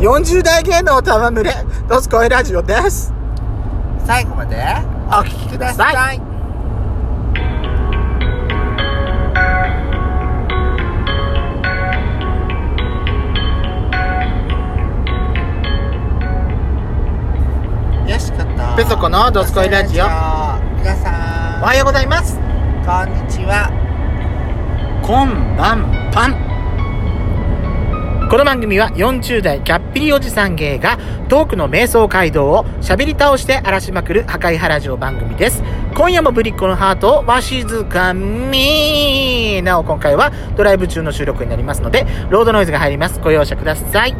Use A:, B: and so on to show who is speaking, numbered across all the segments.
A: 40代芸能たまむれ、ドスコイラジオです。
B: 最後まで
A: お聞きください。
B: よしかった
A: ペソコのドスコイラジオ
B: 皆さん
A: おはようございます。
B: こんにちは
A: こんばんぱん。この番組は40代キャッピリおじさん芸がトークの瞑想街道を喋り倒して荒らしまくる破壊原城番組です。今夜もぶりっ子のハートをわしづかみなお今回はドライブ中の収録になりますので、ロードノイズが入ります。ご容赦ください。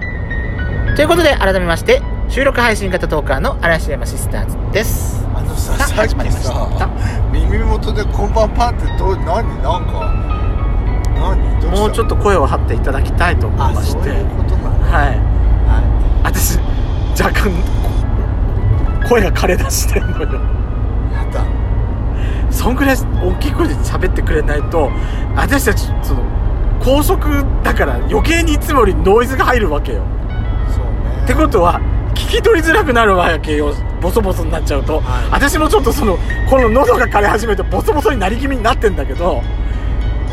A: ということで改めまして、収録配信型トーカーの嵐山シスターズです。
B: あのさ
A: さあ
B: さっ
A: 始まり
B: き
A: ました
B: さ。耳元でこんばんパンってどう何なんか何どうした
A: もうちょっと声を張っていただきたいと思い
B: あ
A: まし
B: そう
A: て
B: いうことだ
A: はい
B: は
A: 私若干こ声が枯れ出してんのよ
B: いやだ
A: そんぐらい大きい声で喋ってくれないと私たちその高速だから余計にいつもよりノイズが入るわけよ
B: そうね
A: ってことは聞き取りづらくなるわけよボソボソになっちゃうと、
B: はい
A: 私もちょっとそのこの喉が枯れ始めてボソボソになり気味になってんだけど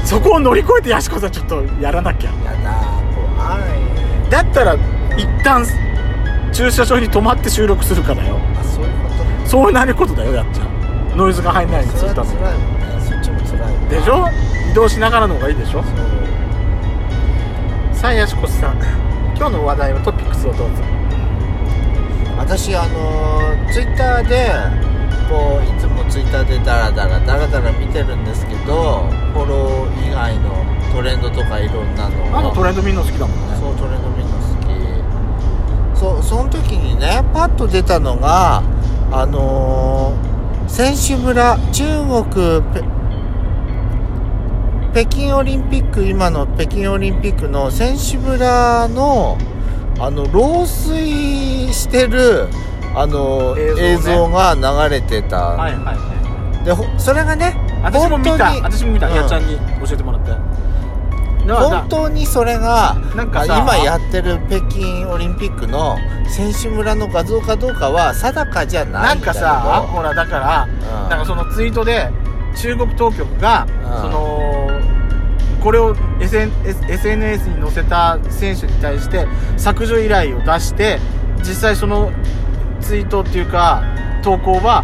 A: そこを乗り越えてやしこさんちょっとやらなきゃ
B: やだ怖い
A: だったら一旦駐車場に止まって収録するからよ
B: あそういうこと
A: そうなることだよやっちゃんノイズが入んないようにす
B: それ
A: るた
B: は
A: めに
B: 辛いもんねそっちも辛いもんね
A: でしょ移動しながらの方がいいでしょ
B: そう
A: さあやしこさん今日の話題はトピックスをどうぞ
B: 私あのツイッター Twitter でこういつもツイッターでダラダラダラダラ見てるんですけどフォロー以外のトレンドとかいろんなのを
A: あのトレンド見るの好きだもんね
B: そうトレンド見るの好きそうその時にねパッと出たのがあのー選手村中国ペ北京オリンピック今の北京オリンピックの選手村のあの漏水してるあの
A: 映像ね
B: 映像が流れてた、
A: はいはいはい
B: でほそれがね
A: 私も見た
B: 本当に
A: 私も見た、
B: うん
A: やっちゃんに教えてもらってな
B: 本当にそれが
A: なんか
B: あ
A: さ
B: 今やってる北京オリンピックの選手村の画像かどうかは定かじゃ
A: な
B: ない
A: ん
B: んだ
A: か
B: けど
A: さほらだから
B: うん
A: なんかそのツイートで中国当局が、
B: ん
A: そのこれを SN SNS に載せた選手に対して削除依頼を出して実際そのツイートっていうか投稿は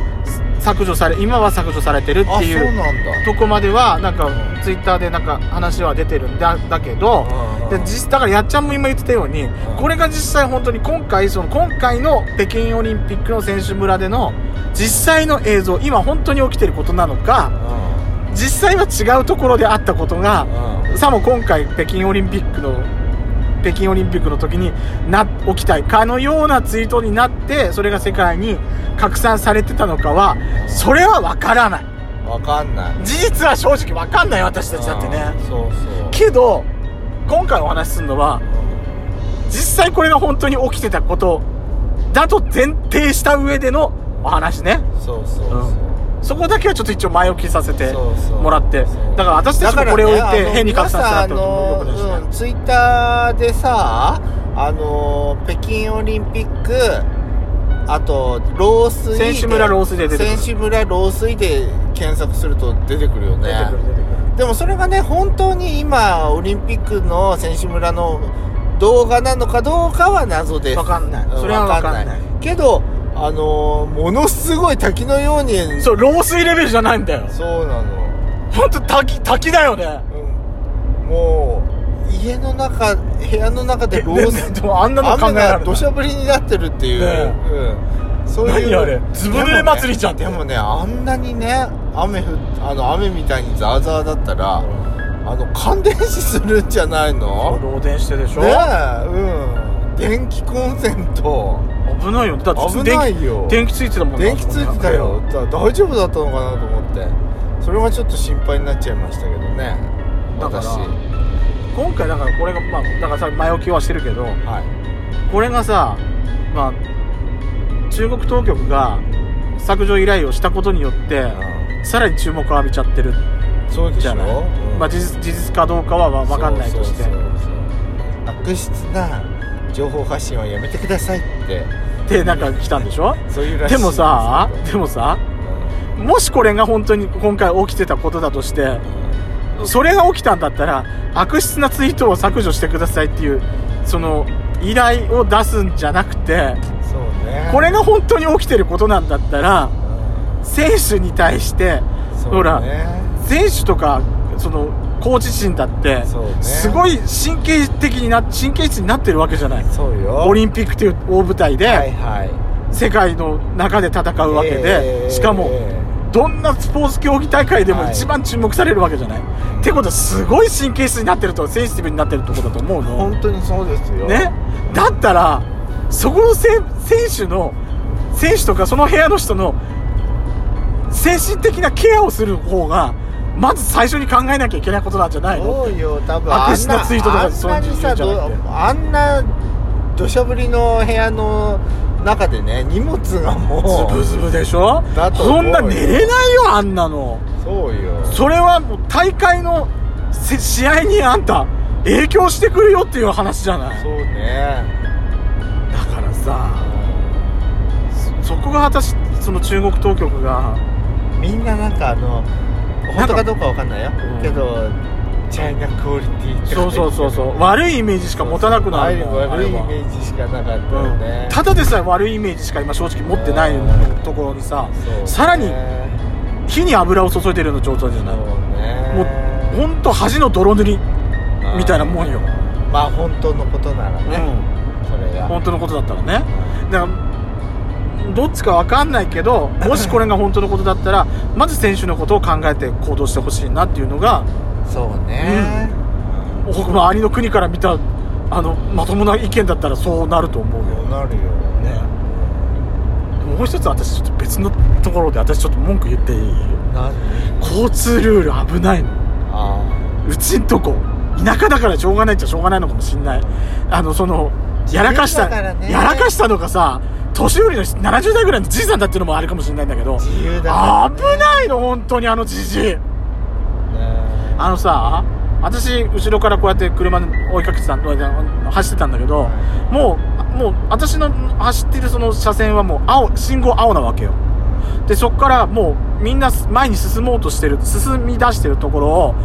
A: 削除され今は削除されてるっ
B: あ
A: て
B: そう
A: いう
B: なんだ
A: とこまではなんかツイッターでなんか話は出てるんだだけど、で実だからやっちゃんも今言ってたように、これが実際本当に今回その今回の北京オリンピックの選手村での実際の映像今本当に起きてることなのか
B: う
A: 実際は違うところであったことが
B: んうん
A: さも今回北京オリンピックの北京オリンピックの時にな起きたいかのようなツイートになってそれが世界に拡散されてたのかはそれは分からない
B: わかんない
A: 事実は正直分かんない私たちだってね
B: うんそうそう
A: けど今回お話しするのは実際これが本当に起きてたことだと前提した上でのお話ね
B: そうそう
A: そこだけはちょっと一応前置きさせて
B: そうそう
A: もらって
B: そう
A: だから私たちもこれを言って変に拡散したら
B: ら
A: ってことも良くないしね
B: ツイッターでさあの北京オリンピックあと漏水で
A: 選手村漏水で出てくる
B: 選手村漏水で検索すると出てくる
A: 出てく
B: よね
A: る出てくる
B: でもそれがね本当に今オリンピックの選手村の動画なのかどうかは謎です
A: わかんないそれはわかんない
B: わけどあのーものすごい滝のように
A: そ
B: そ
A: う漏水レベルじゃないんだよ
B: うなの、
A: 本当滝滝だよね
B: うん、もう家の中部屋の中で
A: で
B: ロ
A: で
B: ー
A: で で
B: ス
A: もあんなの考え
B: 雨
A: ら
B: が
A: れ
B: 土
A: ない
B: 砂降りになってるっていう、
A: ね
B: うん、そういう
A: 何あれずぶ濡れ祭りじゃん
B: でもねでもねあんなにね雨降っあの雨みたいにザーザーだったら、あの感電死するんじゃないの
A: 漏電してでしょ
B: ねえうん電気コンセント
A: 危ないよだって普通
B: 危ないよ
A: 電気電気ついてたもんな
B: 電気ついてたよだ大丈夫だったのかなと思ってそれはちょっと心配になっちゃいましたけどね
A: だから
B: 私
A: 今回だからこれがまあだからさ前置きはしてるけど
B: はい
A: これがさまあ中国当局が削除依頼をしたことによってさらに注目を浴びちゃってる
B: うんそうでし
A: じ
B: ょ
A: ゃない、
B: うん
A: まあ、事実事実かどうかはわわかんないとして
B: そうそうそう悪質な情報発信はやめてくださいって
A: ってなんか来たんでしょ
B: そういうらしい
A: でもさ
B: んです
A: でもさ
B: けど
A: もしこれが本当に今回起きてたことだとしてそれが起きたんだったら悪質なツイートを削除してくださいっていうその依頼を出すんじゃなくて
B: うんそうね
A: これが本当に起きてることなんだったら
B: うん
A: 選手に対して
B: そうね
A: ほら選手とかそのコーチ陣だって
B: そうね
A: すごい神経的にな神経質になってるわけじゃない
B: そうよ
A: オリンピックという大舞台
B: はい
A: で
B: はい
A: 世界の中で戦うわけ
B: え
A: で
B: ー
A: しかもどんなスポーツ競技大会でも
B: はい
A: 一番注目されるわけじゃない、ってことはすごい神経質になってるとセンシティブになってるとこだと思うの、
B: 本当にそうですよ
A: ね、だったらそこのせ選手の選手とかその部屋の人の精神的なケアをする方がまず最初に考えなきゃいけないことなんじゃないの
B: そうよ多分
A: 悪質なツイートとか
B: あんなあんなに
A: そうい
B: さ
A: うのじゃなくて
B: どあんな土砂降りの部屋の中でね荷物がも
A: ズブ
B: う
A: ズブでしょ
B: だと思
A: そ
B: うんよ
A: な寝れないよあんなの
B: そうよ
A: それはもう大会のせ試合にあんた影響してくるよっていう話じゃない
B: そうね
A: だからさそそこが私その中国当局が
B: みんななんかあの
A: な
B: 本
A: んか
B: 当かどうかわかんないよ、
A: うん
B: けどチャイナクオリティって
A: そうそうそう そう悪いイメージしか持たなくなるもんあ
B: 悪
A: れ
B: いイメ
A: は
B: ージしかなかった
A: う
B: よ
A: ん
B: ね、
A: ただでさえ悪いイメージしか今正直持ってない
B: うん
A: ところにさ
B: そうね
A: さらに火に油を注いでるような状態じゃない
B: そう
A: も
B: ね
A: うほんと恥の泥塗り
B: うん
A: みたいなもんよ、
B: まあ本当のことなら
A: う
B: ね、
A: ん、
B: それが
A: 本当のことだったらねだからどっちかわかんないけどもしこれが本当のことだったら まず選手のことを考えて行動してほしいなっていうのが
B: そうね、
A: 僕の兄の国から見たあのまともな意見だったらそうなると思うよ
B: そうなるよ
A: ねでももう一つ私ちょっと別のところで私ちょっと文句言っていい
B: 何
A: 交通ルール危ないの
B: あ
A: うちんとこ田舎だからしょうがないっちゃしょうがないのかもしんないあのそのやらかし
B: 自由だか
A: た、
B: らね
A: やらかしたのがさ年寄りの70代ぐらいのじいさんだっていうのもあるかもしれないんだけど
B: あ自由だから
A: 危ないの本当にあのじじい
B: ね
A: あのさ私後ろからこうやって車で追いかけてた走ってたんだけど、
B: は
A: もうもう私の走ってるその車線はもう青信号青なわけよでそこからもうみんな前に進もうとしてる進み出してるところを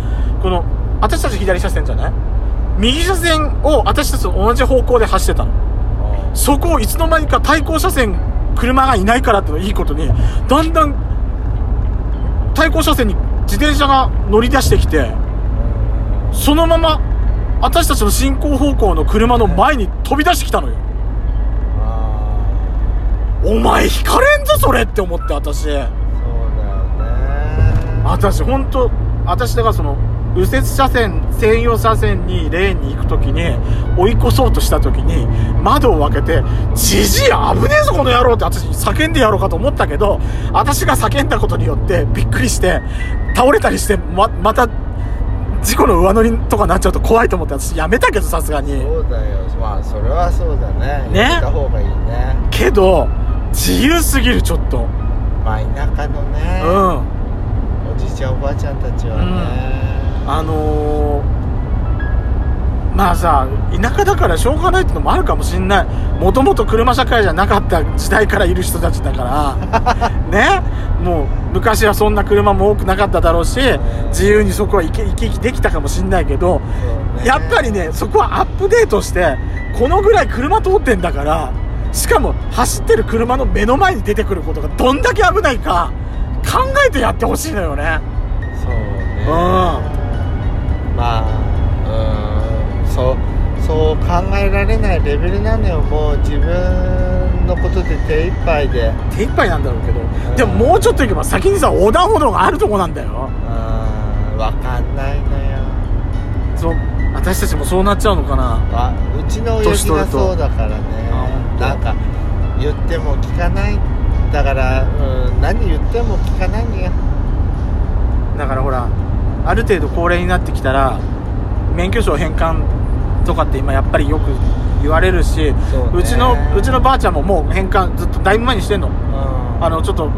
A: この私たち左車線じゃない右車線を私たちと同じ方向で走ってたの
B: あ
A: そこをいつの間にか対向車線車がいないからってのいいことにだんだん対向車線に自転車が乗り出してきてそのまま私たちの進行方向の車の前に飛び出してきたのよ
B: あ
A: お前引かれんぞそれって思って私
B: そうだよね
A: 私本当私だからその右折車線専用車線にレーンに行く時に追い越そうとした時に窓を開けて「じじい危ねえぞこの野郎」って私叫んでやろうかと思ったけど私が叫んだことによってびっくりして倒れたりしてままた事故の上乗りとかなっちゃうと怖いと思って私やめたけどさすがに。
B: そうだよまあそれはそうだね
A: ね
B: やった方がいいね
A: けど自由すぎるちょっと
B: まあ田舎の
A: う
B: ね、
A: ん
B: おじいちゃんおばあちゃんたちはね、
A: あのーまあさ田舎だからしょうがないってのもあるかもしんないもともと車社会じゃなかった時代からいる人たちだからねもう昔はそんな車も多くなかっただろうし自由にそこは行き行き来できたかもしんないけど
B: そうね
A: やっぱりねそこはアップデートしてこのぐらい車通ってんだからしかも走ってる車の目の前に出てくることがどんだけ危ないか考えてやってほしいのよね
B: そうね
A: うん
B: まあうんそうそう考えられないレベルなのよもう自分のことで手一杯で
A: 手一杯なんだろうけど
B: ん
A: でももうちょっと行けば先にさ横断歩道があるとこなんだよ
B: うん分かんないのよ
A: そう私たちもそうなっちゃうのかな
B: わうちの親父がそうだからね
A: あ本当
B: なんか言っても聞かないだから、うん、何言っても聞かないのよ
A: だからほらある程度高齢になってきたら免許証返還とかって今やっぱりよく言われるし
B: そうね
A: うちのうちのばあちゃんももう返還ずっとだいぶ前にしてんのあのちょっと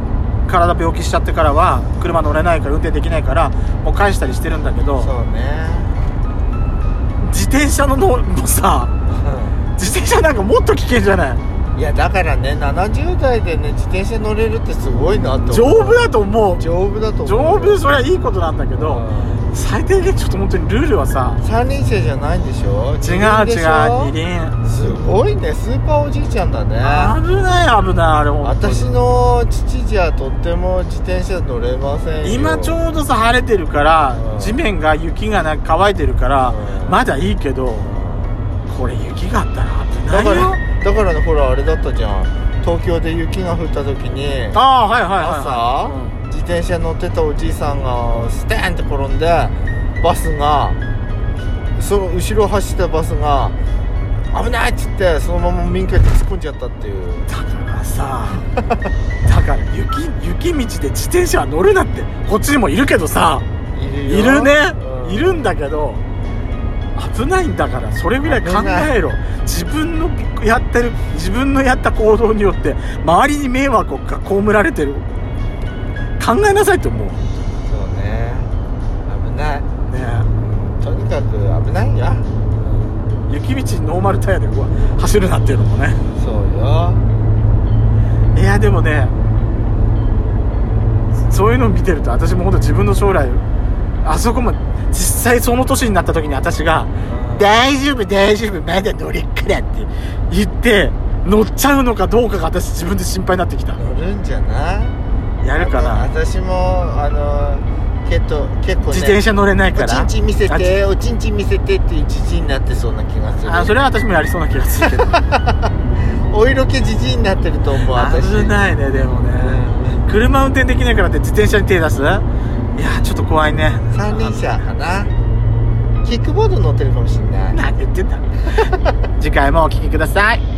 A: 体病気しちゃってからは車乗れないから運転できないからもう返したりしてるんだけど
B: そうね
A: 自転車ののもさ自転車なんかもっと危険じゃない
B: いやだからね70代でね自転車乗れるってすごいなって
A: 丈
B: 思う
A: 夫だと思う
B: 丈夫だと思
A: 丈
B: う
A: 夫それはいいことなんだけど
B: うん
A: 最低限ちょっと本当にルールはさ
B: 三輪車じゃないんでしょ
A: 違う違う
B: 二輪でしょ
A: 二輪
B: すごいねスーパーおじいちゃんだね
A: 危ない危ないあれ本当に
B: 私の父じゃとっても自転車乗れませんよ
A: 今ちょうどさ晴れてるから
B: うん
A: 地面が雪がなんか乾いてるから
B: うん
A: まだいいけどこれ雪があったら
B: だ
A: 危ない
B: か
A: よ
B: らだからねほらあれだったじゃん東京で雪が降った時に
A: ああはいはい
B: 朝、
A: はい
B: 自転車乗ってたおじいさんがステーンって転んでバスがその後ろ走ってたバスが危ないっつってそのまま民家に突っ込んじゃったっていう
A: だからさ だから雪雪道で自転車は乗るなってこっちにもいるけどさ
B: いるよ
A: いるね
B: うん
A: いるんだけど危ないんだからそれぐらい考えろ自分のやってる自分のやった行動によって周りに迷惑が被られてる考えなさいと思う
B: そうね危ない
A: ね
B: とにかく危ないよ
A: 雪道にノーマルタイヤでこう走るなっていうのもね
B: そうよ
A: いやでもねそういうのを見てると私も本当自分の将来あそこも実際その年になった時に私が「大丈夫大丈夫まだ乗れっから」って言って乗っちゃうのかどうかが私自分で心配になってきた
B: 乗るんじゃない
A: やるか
B: あ
A: な
B: の私もあのけど結構ね
A: 自転車乗れないか
B: おち
A: ら
B: んちん見せ
A: あち
B: ておちんちん見せてっていうじじいになってそうな気がする
A: あそれは私もやりそうな気がするけ ど
B: お色気じじいになってると思う私
A: 危ないねでもね車運転できないからって自転車に手出すいやちょっと怖いね
B: 三輪車かなキックボード乗ってるかもしんな い
A: 何言ってんだ次回もお聴きください